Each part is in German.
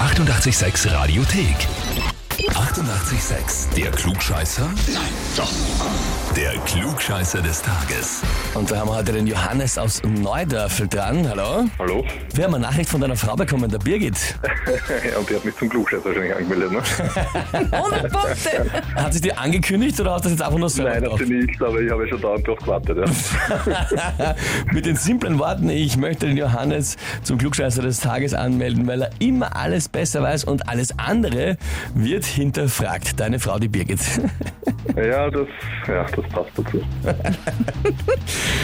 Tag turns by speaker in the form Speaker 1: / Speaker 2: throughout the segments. Speaker 1: 886 Radiothek. 88,6. Der Klugscheißer? Nein, doch. Der Klugscheißer des Tages.
Speaker 2: Und da haben wir heute den Johannes aus Neudörfel dran. Hallo?
Speaker 3: Hallo?
Speaker 2: Wir haben eine Nachricht von deiner Frau bekommen, der Birgit.
Speaker 3: Und die hat mich zum Klugscheiß wahrscheinlich angemeldet, ne?
Speaker 4: Ohne Punkte.
Speaker 2: Hat sie dir angekündigt oder hast du das jetzt einfach nur selber
Speaker 3: Nein, hat sie
Speaker 2: drauf?
Speaker 3: nicht, aber ich habe ja schon dauernd drauf gewartet, ja.
Speaker 2: Mit den simplen Worten, ich möchte den Johannes zum Klugscheißer des Tages anmelden, weil er immer alles besser weiß und alles andere wird hinterfragt. Deine Frau, die Birgit.
Speaker 3: Ja, das, ja, das passt dazu.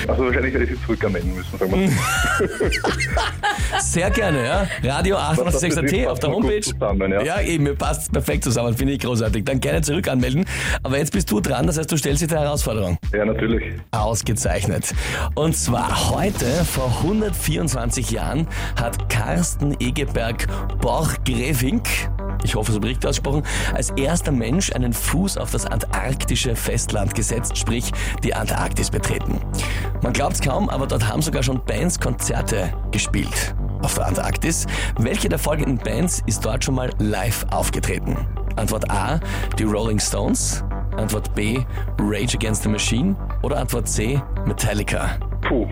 Speaker 3: Also wahrscheinlich hätte ich sie zurückanmelden müssen, sagen wir mal.
Speaker 2: Sehr gerne, ja. Radio
Speaker 3: Das ist
Speaker 2: 886.at
Speaker 3: nicht
Speaker 2: auf der
Speaker 3: passend gut
Speaker 2: Homepage.
Speaker 3: Zusammen, ja.
Speaker 2: Ja, eben, mir passt perfekt zusammen, finde ich großartig. Dann gerne zurück anmelden. Aber jetzt bist du dran, das heißt, du stellst dir die Herausforderung.
Speaker 3: ja, natürlich.
Speaker 2: Ausgezeichnet. Und zwar heute, vor 124 Jahren, hat Carsten Egeberg Borchgrevink, ich hoffe, so richtig ausgesprochen, als erster Mensch einen Fuß auf das antarktische Festland gesetzt, sprich die Antarktis betreten. Man glaubt's kaum, aber dort haben sogar schon Bands Konzerte gespielt auf der Antarktis. Welche der folgenden Bands ist dort schon mal live aufgetreten? Antwort A, die Rolling Stones. Antwort B, Rage Against the Machine. Oder Antwort C, Metallica.
Speaker 3: Puh,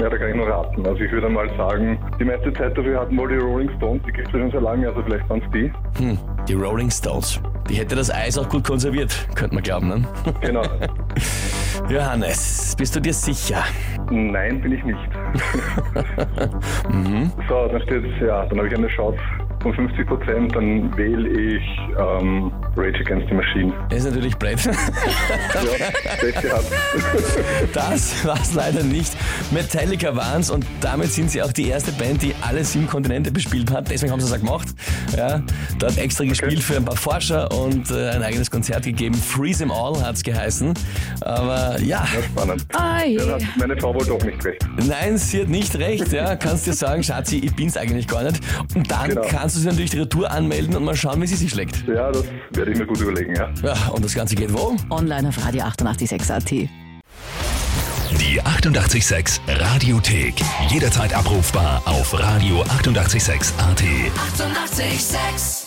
Speaker 3: ja, da kann ich nur raten. Also ich würde mal sagen, die meiste Zeit dafür hatten wohl die Rolling Stones, die gibt es schon sehr lange, also vielleicht waren es die.
Speaker 2: Hm, die Rolling Stones. Die hätte das Eis auch gut konserviert, könnte man glauben, ne?
Speaker 3: Genau.
Speaker 2: Johannes, bist du dir sicher?
Speaker 3: Nein, bin ich nicht. So, dann steht ja, dann habe ich eine Chance von 50 Prozent, dann wähle ich ähm, Rage Against the Machine.
Speaker 2: Das ist natürlich blöd.
Speaker 3: Ja, schlecht gehabt.
Speaker 2: Das war's leider nicht. Metallica waren's und damit sind sie auch die erste Band, die alle sieben Kontinente bespielt hat. Deswegen haben sie es auch gemacht. Ja, dort extra gespielt für ein paar Forscher und äh, ein eigenes Konzert gegeben. Freeze 'em All hat's geheißen. Aber ja,
Speaker 3: Spannend.
Speaker 4: Ah, je.
Speaker 3: Dann hat meine Frau wohl doch nicht recht.
Speaker 2: nein, sie hat nicht recht. Ja, kannst dir sagen, Schatzi, ich bin's eigentlich gar nicht. Und dann
Speaker 3: Genau.
Speaker 2: kannst du sie natürlich die Retour anmelden und mal schauen, wie sie sich schlägt.
Speaker 3: Ja, das werde ich mir gut überlegen, ja.
Speaker 2: Ja, und das Ganze geht wo?
Speaker 4: Online auf Radio 886.at.
Speaker 1: Die 88,6 Radiothek. Jederzeit abrufbar auf radio886.at. 88,6.
Speaker 4: Sex.